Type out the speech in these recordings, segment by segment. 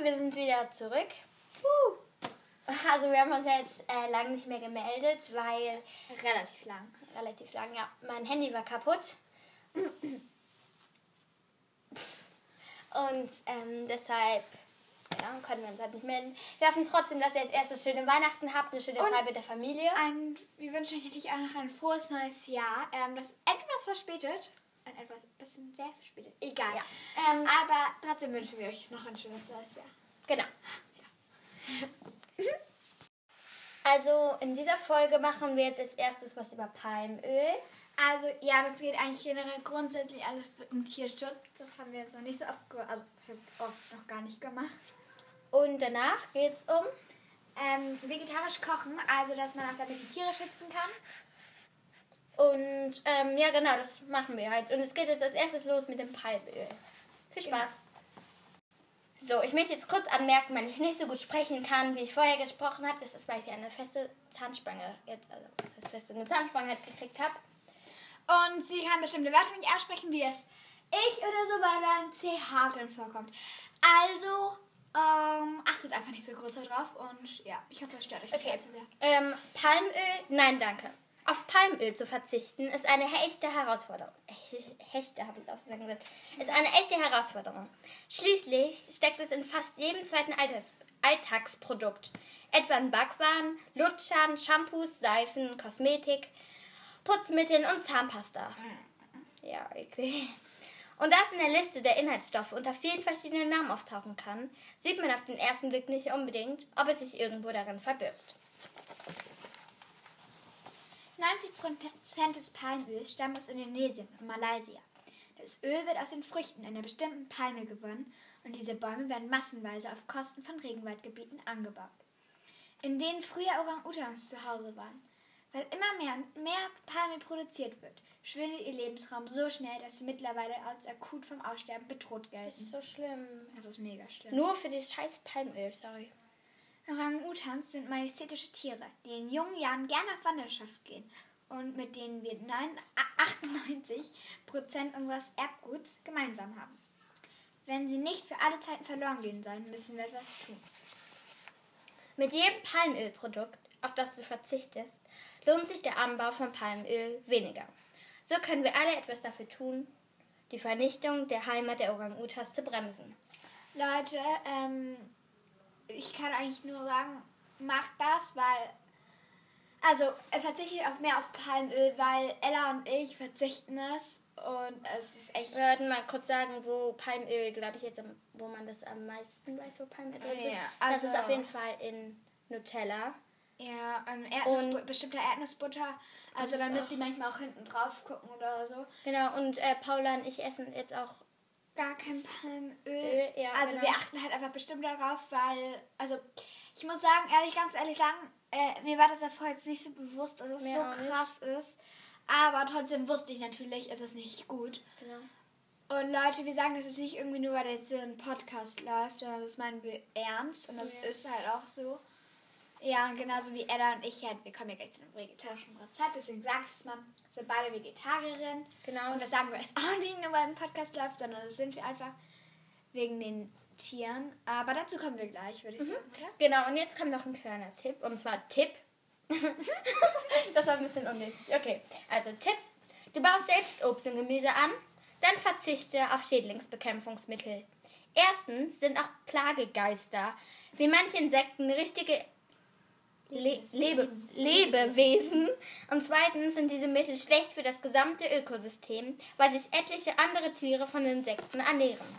wir sind wieder zurück. Huh. Also wir haben uns ja jetzt äh, lange nicht mehr gemeldet, weil Relativ lang. relativ lang, ja, mein Handy war kaputt. Und ähm, deshalb ja, konnten wir uns halt nicht melden. Wir hoffen trotzdem, dass ihr als erstes schöne Weihnachten habt, eine schöne Und- Zeit mit der Familie. Ein, wir wünschen euch natürlich auch noch ein frohes neues Jahr, ähm, das etwas verspätet. Ein etwas bisschen sehr verspätet. Egal. Ja. Ähm, aber trotzdem wünschen wir euch noch ein schönes neues Jahr. Genau. Also in dieser Folge machen wir jetzt als erstes was über Palmöl. Also, ja, das geht eigentlich generell grundsätzlich alles um Tierschutz. Das haben wir jetzt noch nicht so oft gemacht. Also, das haben wir oft noch gar nicht gemacht. Und danach geht's um Ähm, vegetarisch kochen, also dass man auch damit die Tiere schützen kann. Und ähm, ja, genau, das machen wir halt. Und es geht jetzt als erstes los mit dem Palmöl. Viel Spaß. So, ich möchte jetzt kurz anmerken, wenn ich nicht so gut sprechen kann, wie ich vorher gesprochen habe, das ist, weil ich eine feste Zahnspange jetzt, also was heißt feste, eine Zahnspange halt gekriegt habe. Und sie kann bestimmte Wörter nicht aussprechen, wie das ich oder so, weil da ein CH drin vorkommt. Also, ähm, achtet einfach nicht so groß drauf und ja, ich hoffe, das stört euch Okay. nicht allzu sehr. Ähm, Palmöl, nein, danke. Auf Palmöl zu verzichten ist eine echte Herausforderung. He- Hechte habe ich auch gesagt. Ist eine echte Herausforderung. Schließlich steckt es in fast jedem zweiten Alltags Alltagsprodukt. Etwa in Backwaren, Lutschern, Shampoos, Seifen, Kosmetik, Putzmitteln und Zahnpasta. Ja, eklig. Und da es in der Liste der Inhaltsstoffe unter vielen verschiedenen Namen auftauchen kann, sieht man auf den ersten Blick nicht unbedingt, ob es sich irgendwo darin verbirgt. 90% des Palmöls stammt aus Indonesien und Malaysia. Das Öl wird aus den Früchten einer bestimmten Palme gewonnen und diese Bäume werden massenweise auf Kosten von Regenwaldgebieten angebaut, in denen früher Orang-Utans zu Hause waren. Weil immer mehr und mehr Palme produziert wird, schwindet ihr Lebensraum so schnell, dass sie mittlerweile als akut vom Aussterben bedroht gelten. so schlimm. Das ist mega schlimm. Nur für das scheiß Palmöl, sorry. Orang-Utans sind majestätische Tiere, die in jungen Jahren gerne auf Wanderschaft gehen und mit denen wir 9 a- 98 Prozent unseres Erbguts gemeinsam haben. Wenn sie nicht für alle Zeiten verloren gehen sollen, müssen wir etwas tun. Mit jedem Palmölprodukt, auf das du verzichtest, lohnt sich der Anbau von Palmöl weniger. So können wir alle etwas dafür tun, die Vernichtung der Heimat der Orang-Utas zu bremsen. Leute, ähm, ich kann eigentlich nur sagen, macht das, weil. Also, er verzichtet auf mehr auf Palmöl, weil Ella und ich verzichten es. Und es ist echt. Wir würden mal kurz sagen, wo Palmöl, glaube ich, jetzt, am- wo man das am meisten weiß, wo Palmöl drin ist. Ja, Das ist also- auf jeden Fall in Nutella. Ja, ähm, Erdnussbu Und- bestimmte Erdnussbutter. Also ist dann müsst auch- ihr manchmal auch hinten drauf gucken oder so. Genau, und äh, Paula und ich essen jetzt auch Gar kein Palmöl. Öl. Ja, also genau. wir achten halt einfach bestimmt darauf, weil, also ich muss sagen, ehrlich, ganz ehrlich sagen, äh, mir war das davor jetzt nicht so bewusst, dass es Mir auch so nicht. krass ist. Aber trotzdem wusste ich natürlich, es ist nicht gut. Genau. Und Leute, wir sagen das jetzt nicht irgendwie nur, weil jetzt so ein Podcast läuft, sondern das meinen wir ernst und das Ja. ist halt auch so. Ja, und genauso wie Ella und ich halt, wir kommen ja gleich zu einem vegetarischen Rezept, deswegen sag ich es mal, wir sind beide Vegetarierin. Genau. Und das sagen wir jetzt auch nicht nur, weil ein Podcast läuft, sondern das sind wir einfach wegen den Tieren. Aber dazu kommen wir gleich, würde ich sagen, oder? Genau, und jetzt kommt noch ein kleiner Tipp. Und zwar Tipp. das war ein bisschen unnötig. Okay, also Tipp. Du baust selbst Obst und Gemüse an, dann verzichte auf Schädlingsbekämpfungsmittel. Erstens sind auch Plagegeister, wie manche Insekten, richtige Le Lebe Lebewesen. Und zweitens sind diese Mittel schlecht für das gesamte Ökosystem, weil sich etliche andere Tiere von Insekten ernähren.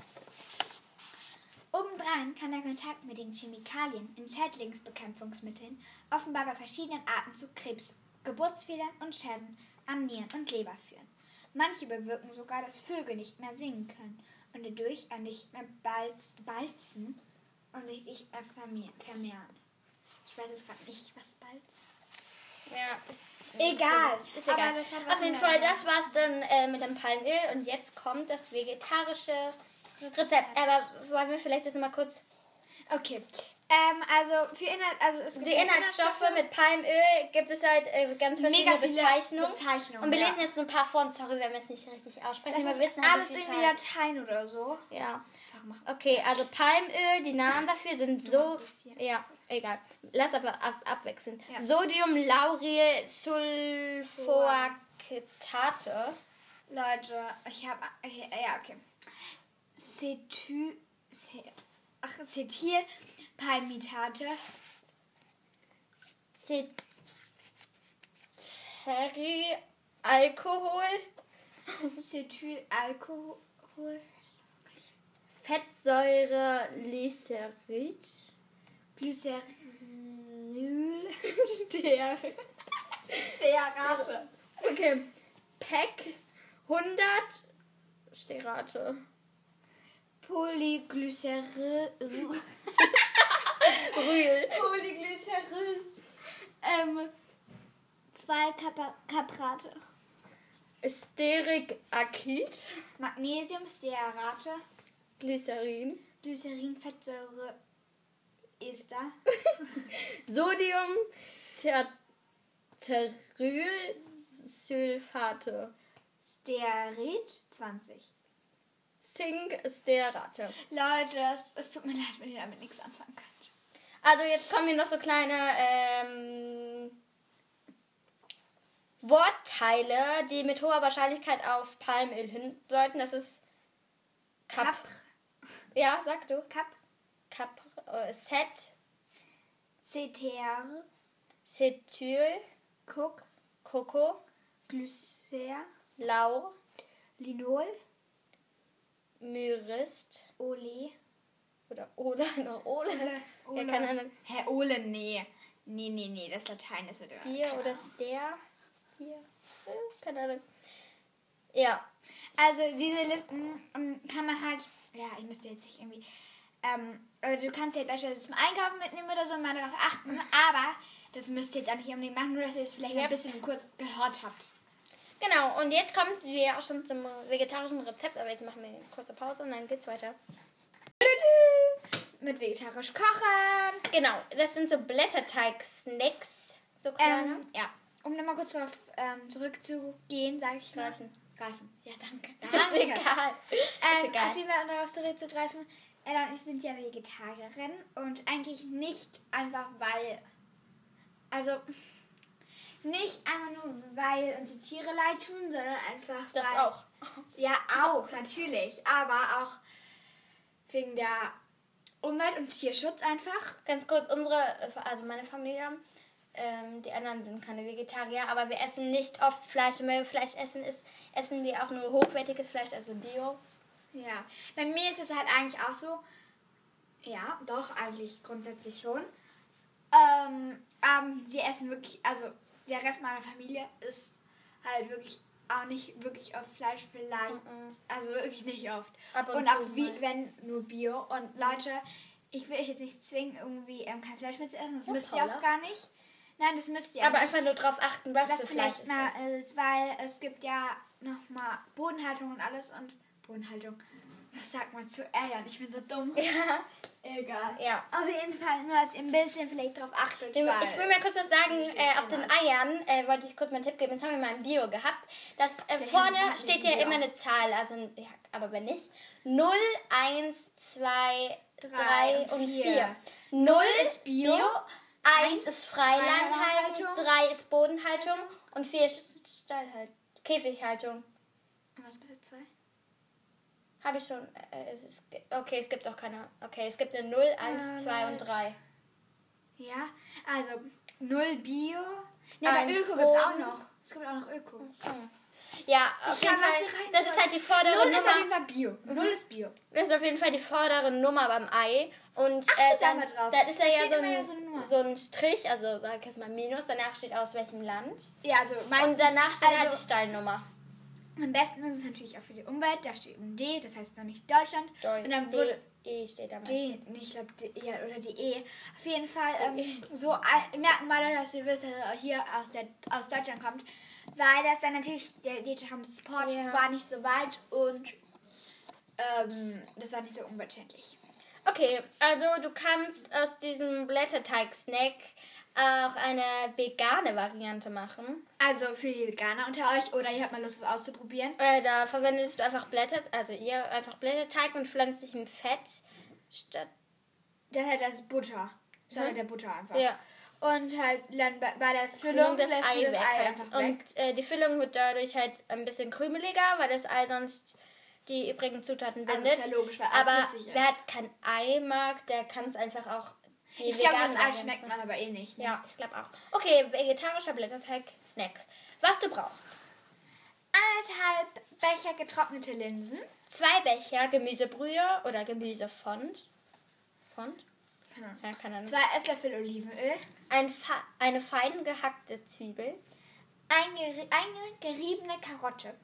Obendrein kann der Kontakt mit den Chemikalien in Schädlingsbekämpfungsmitteln offenbar bei verschiedenen Arten zu Krebs, Geburtsfehlern und Schäden an Nieren und Leber führen. Manche bewirken sogar, dass Vögel nicht mehr singen können und dadurch auch nicht mehr balz, balzen und sich nicht mehr vermehr- vermehren. Ich weiß jetzt gerade nicht, was balzen. Ja, ist Egal. Ist Aber egal. das hat was Auf jeden mit Fall, der- das war's dann äh, mit dem Palmöl und jetzt kommt das vegetarische Rezept. Aber wollen wir vielleicht das nochmal kurz? Okay. Ähm, also für Inhalt, also es gibt Die Inhaltsstoffe mit Palmöl gibt es halt äh, ganz verschiedene mega viele Bezeichnungen. Bezeichnungen, Und wir ja. lesen jetzt ein paar von. Sorry, wenn wir es nicht richtig aussprechen. Das wir ist wissen halt, alles wie viel irgendwie es heißt. Latein oder so. Ja. Sachen machen. Okay, also Palmöl, die Namen dafür sind Du so. machst ein bisschen. Ja, egal. Lass aber ab, abwechseln. Ja. Sodium, Lauril, Sulfoactate. Leute, ich habe. Okay, äh, ja, okay. Cetü. Ce- Ach, Cetil, Palmitate, Terry, Alkohol, Cetylalkohol, Fettsäure, Lyserid, Glyceryl, der. Stearate. Okay. Pack 100 Sterate. Polyglyceryl. Rühl. Polyglyceryl. Ähm, zwei Kappa Kaprate. Sterik Akid. Magnesium, Stearate, Glycerin. Glycerin, Fettsäure, Ester, Sodium Certerylsulfate. Stearit, 20. Zink Sterate. Leute, es, es tut mir leid, wenn ihr damit nichts anfangen könnt. Also jetzt kommen hier noch so kleine ähm, Wortteile, die mit hoher Wahrscheinlichkeit auf Palmöl hindeuten. Das ist Kap. Ja, sag du. Kap, Kap äh, Set, CTR, Cetyl, Cook, Coco, Glycer, Lau, Linol, Myrist Ole. oder Ola, noch Ola. Ja, keine Ahnung. Herr Ole, nee. Nee, nee, nee, das Latein ist wieder. Dir oder Ster? Stier? Äh, Keine Ahnung. Ja. Also diese Listen ähm, kann man halt, ja, ich müsste jetzt nicht irgendwie, ähm, also du kannst jetzt beispielsweise zum Einkaufen mitnehmen oder so, mal darauf achten, aber das müsst ihr jetzt auch nicht unbedingt machen, nur dass ihr es vielleicht mal Ja. ein bisschen kurz gehört habt. Genau, und jetzt kommt wir auch schon zum vegetarischen Rezept, aber jetzt machen wir eine kurze Pause und dann geht's weiter. Mit vegetarisch kochen. Genau, das sind so Blätterteig-Snacks. So kleine. Ähm, ja, um nochmal kurz darauf ähm, zurückzugehen, sage ich mal. Greifen. Greifen. Ja, danke. ist egal. Ähm, egal. Auf jeden Fall, um darauf zurückzugreifen, Ella und ich sind ja Vegetarierin und eigentlich nicht einfach weil, also nicht einfach nur weil uns die Tiere leid tun, sondern einfach Das weil... auch. Ja, auch, natürlich, aber auch wegen der Umwelt- und Tierschutz einfach. Ganz kurz, unsere, also meine Familie, ähm, die anderen sind keine Vegetarier, aber wir essen nicht oft Fleisch. Und wenn wir Fleisch essen, ist, essen wir auch nur hochwertiges Fleisch, also Bio. Ja, bei mir ist es halt eigentlich auch so. Ja, doch, eigentlich grundsätzlich schon. Ähm, ähm, die essen wirklich, also der Rest meiner Familie ist halt wirklich auch nicht wirklich auf Fleisch vielleicht. Mhm. Also wirklich nicht oft. Ab Und, und zu auch wie, mal. wenn nur Bio. Und Mhm. Leute, ich will euch jetzt nicht zwingen, irgendwie ähm, kein Fleisch mehr zu essen. Das Ja, müsst ihr Paula. auch gar nicht. Nein, das müsst ihr Aber nicht. einfach nur drauf achten, was Das für Fleisch vielleicht es mal ist. ist, weil es gibt ja nochmal Bodenhaltung und alles und Bodenhaltung. Was sagt man zu ärgern? Ich bin so dumm. Ja, Egal. ja. Auf jeden Fall, nur dass ihr ein bisschen vielleicht drauf achtet. weil- Ich will mal kurz was sagen, Ich äh, auf weiß den was. Eiern äh, wollte ich kurz mal einen Tipp geben. Das haben wir mal im Bio gehabt. Das äh, Der vorne Händler hat steht diesen ja Bio. immer eine Zahl, also ja, aber wenn nicht. 0, 1, 2, 3 und 4. 0 ist Bio, 1 ist Freilandhaltung, Freilandhaltung, 3 ist Bodenhaltung und 4 ist Stallhaltung. Käfighaltung. Und was mit der 2? Habe ich schon. Äh, es, gi- okay, es gibt auch keine. Okay, es gibt eine 0, 1, Ah, 2 und Leute. 3. Ja, also null Bio. Ne, aber Eins Öko gibt es auch Boden. noch. Es gibt auch noch Öko. Ja, auf kann jeden was Fall. hier rein- Das ist Mhm. halt die vordere Also Null ist auf jeden Nummer. Fall Bio. Null ist Bio. Das ist auf jeden Fall die vordere Nummer beim Ei. Und Achtet äh, dann, da mal drauf. dann ist ja, Da ja steht so immer ein, ja so eine Nummer. so ein Strich, also sag ich jetzt mal Minus, danach steht aus welchem Land. Ja, also Und danach steht halt die also, Stallnummer. am besten ist es natürlich auch für die Umwelt. Da steht ein D, das heißt nämlich Deutschland. Deu- Und dann D- wurde, E steht da meistens. D, nee, ich glaube, ja, oder die E. Auf jeden Fall ähm, E. so ein- Merkmale, dass ihr wisst, dass er hier aus, der, aus Deutschland kommt. Weil das dann natürlich, der, der Transport Ja. war nicht so weit und ähm, das war nicht so umweltschädlich. Okay, also du kannst aus diesem Blätterteig-Snack auch eine vegane Variante machen. Also für die Veganer unter euch oder ihr habt mal Lust, es auszuprobieren. Äh, da verwendest du einfach Blätter, also ihr einfach Blätterteig und pflanzlichem Fett statt. Dann halt das Butter. Statt Mhm. der Butter einfach. Ja, Und halt dann bei, bei der Füllung Füllung das lässt Ei du das weg. Ei Halt. einfach weg. Und äh, die Füllung wird dadurch halt ein bisschen krümeliger, weil das Ei sonst die übrigen Zutaten Also bindet. ist ja logisch, weil Eis Aber flüssig ist. wer halt kein Ei mag, der kann es einfach auch die ich glaube, vegane das Ei Variante schmeckt man aber eh nicht. ne? Ja, ich glaube auch. Okay, vegetarischer Blätterteig, Snack. Was du brauchst. Anderthalb Becher getrocknete Linsen. Zwei Becher Gemüsebrühe oder Gemüsefond. Fond? Keine Ahnung. Ja, keine Ahnung. Zwei Esslöffel Olivenöl. Ein Fa eine fein gehackte Zwiebel. Ein geri- eine geriebene Karotte.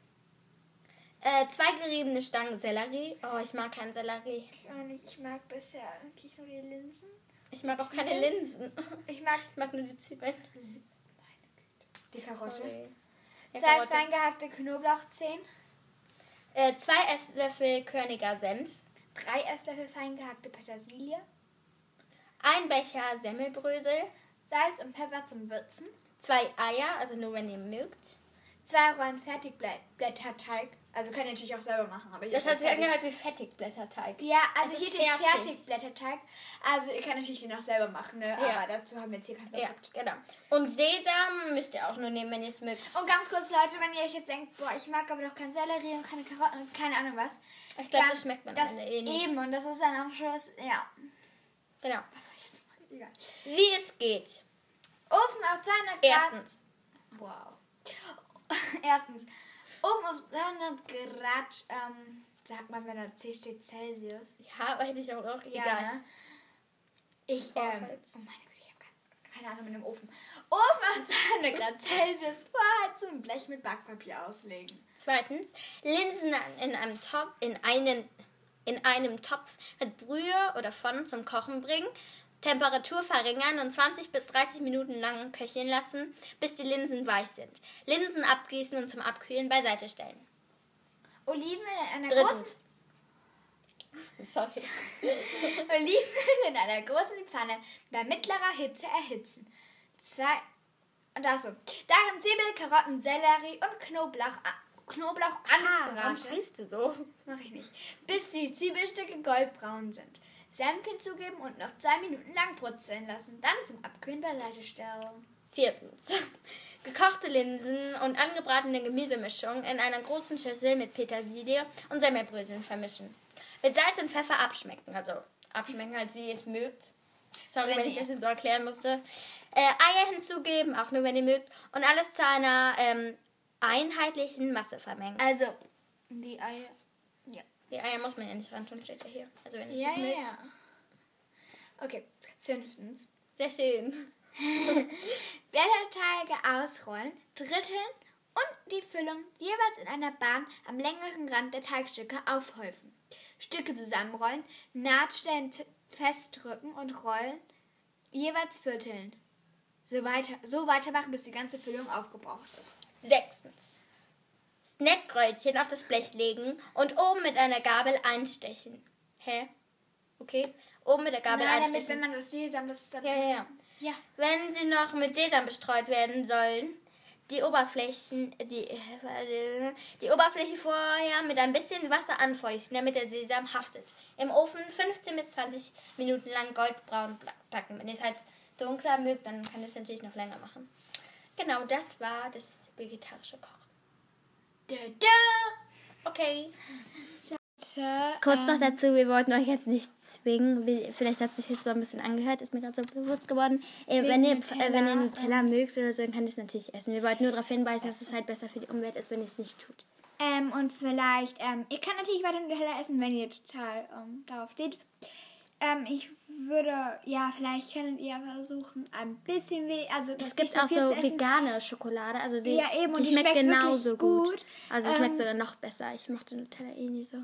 Äh, zwei geriebene Stangen Sellerie. Oh, ich mag keinen Sellerie. Ich, auch nicht. ich mag bisher eigentlich nur die Linsen. Ich mag auch keine Linsen. Ich mag Ich mag nur die Zwiebeln. die Karotte. Sorry. Ja, Zwei Karotte. fein gehackte Knoblauchzehen. Äh, zwei Esslöffel körniger Senf. Drei Esslöffel fein gehackte Petersilie. Ein Becher Semmelbrösel. Salz und Pfeffer zum Würzen. Zwei Eier, also nur wenn ihr mögt. Zwei Rollen Fertigblätterteig. Also könnt ihr natürlich auch selber machen, aber hier Das hat sich fertig. angehört wie Fettigblätterteig. Ja, also Es hier ist steht fertig. Fertigblätterteig. Also ihr könnt natürlich den auch selber machen, ne? Ja. Aber dazu haben wir jetzt hier kein Ja, Rezept. genau. Und Sesam müsst ihr auch nur nehmen, wenn ihr es mögt. Und ganz kurz, Leute, wenn ihr euch jetzt denkt, boah, ich mag aber doch kein Sellerie und keine Karotten und keine Ahnung was. Ich glaube, dann das schmeckt man das am Ende eh nicht. Eben, und das ist dann auch schon was, ja. Genau. Was soll ich jetzt machen? Egal. Wie es geht. Ofen auf 200 Grad. Erstens, Wow. Erstens, Ofen auf 200 Grad, ähm, sagt man, wenn da C steht, Celsius. ja, weiß ich auch, auch Ja, egal. ne? Ich, ähm, Vorheizen. oh meine Güte, ich habe keine, keine Ahnung mit dem Ofen. Ofen auf 200 Grad Celsius vorheizen, Blech mit Backpapier auslegen. Zweitens, Linsen an- in einem Topf, in einen, in einem Topf mit Brühe oder Fond zum Kochen bringen, Temperatur verringern und 20 bis 30 Minuten lang köcheln lassen, bis die Linsen weich sind. Linsen abgießen und zum Abkühlen beiseite stellen. Olivenöl in einer großen Drittens. Sorry. Olivenöl in einer großen Pfanne bei mittlerer Hitze erhitzen. Zwei und ach so. Darin Zwiebel, Karotten, Sellerie und Knoblauch, a- Knoblauch Warum anbraten. schreist du so? Mach ich nicht. Bis die Zwiebelstücke goldbraun sind. Senf hinzugeben und noch zwei Minuten lang brutzeln lassen. Dann zum Abkühlen beiseite stellen. Viertens. Gekochte Linsen und angebratene Gemüsemischung in einer großen Schüssel mit Petersilie und Semmelbröseln vermischen. Mit Salz und Pfeffer abschmecken. Also abschmecken, als wie ihr es mögt. Sorry, wenn, Wenn ich ihr- das jetzt so erklären musste. Äh, Eier hinzugeben, auch nur wenn ihr mögt. Und alles zu einer ähm, einheitlichen Masse vermengen. Also, die Eier. Die Eier muss man ja nicht ran tun, steht ja hier. Also wenn ihr es Ja, ja, mögt. ja. Okay, fünftens. Sehr schön. Blätterteige ausrollen, dritteln und die Füllung jeweils in einer Bahn am längeren Rand der Teigstücke aufhäufen. Stücke zusammenrollen, Nahtstellen t- festdrücken und rollen, jeweils vierteln. So, weiter, so weitermachen, bis die ganze Füllung aufgebraucht ist. Sechstens. Snackröllchen auf das Blech legen und oben mit einer Gabel einstechen. Hä? Okay. Oben mit der Gabel Nein, damit, wenn einstechen. man das Sesam, das ist dann ja, ja, ja. ja. Wenn sie noch mit Sesam bestreut werden sollen, die Oberflächen, die, die Oberfläche vorher mit ein bisschen Wasser anfeuchten, damit der Sesam haftet. Im Ofen 15 bis 20 Minuten lang goldbraun bla- backen. Wenn ihr es halt dunkler mögt, dann kann ihr es natürlich noch länger machen. Genau, das war das vegetarische Kochen. Dö, dö. Okay. Tja, Kurz ähm, noch dazu, wir wollten euch jetzt nicht zwingen. Wie- Vielleicht hat sich das so ein bisschen angehört, ist mir gerade so bewusst geworden. Äh, Wegen wenn, ihr, Nutella äh, wenn ihr und- Nutella mögt oder so, dann kann ihr es natürlich essen. Wir wollten nur darauf hinweisen, dass es halt besser für die Umwelt ist, wenn ihr es nicht tut. Ähm, und vielleicht, ähm, ihr könnt natürlich weiter Nutella essen, wenn ihr total ähm, darauf steht. Ähm, ich würde, ja, vielleicht könntet ihr versuchen, ein bisschen weh, also das Es gibt nicht auch viel so zu essen. vegane Schokolade, also die, Ja, eben, und die, die schmeckt, schmeckt wirklich genauso gut. gut. Also die schmeckt Ähm, sogar noch besser. Ich mochte Nutella eh nie so.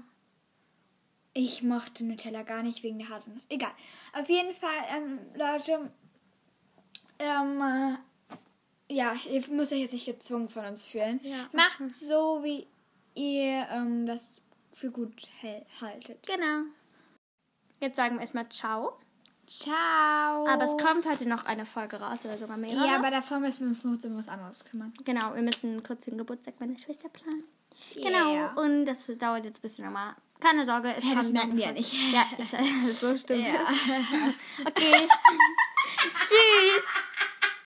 Ich mochte Nutella gar nicht wegen der Haselnuss. Egal. Auf jeden Fall, ähm, Leute, ähm, äh, ja, ihr müsst euch jetzt nicht gezwungen von uns fühlen. Ja. Macht so, wie ihr ähm, das für gut hel- haltet. Genau. Jetzt sagen wir erstmal Ciao. Ciao. Aber es kommt heute noch eine Folge raus oder sogar mehrere. Oh. Ja, aber davor müssen wir uns noch um was anderes kümmern. genau, wir müssen kurz den Geburtstag meiner Schwester planen. Ja. Genau, und das dauert jetzt ein bisschen nochmal. Keine Sorge, es Ja, das kommt merken noch- wir ja nicht. Ja, ist, so stimmt. Ja. Okay,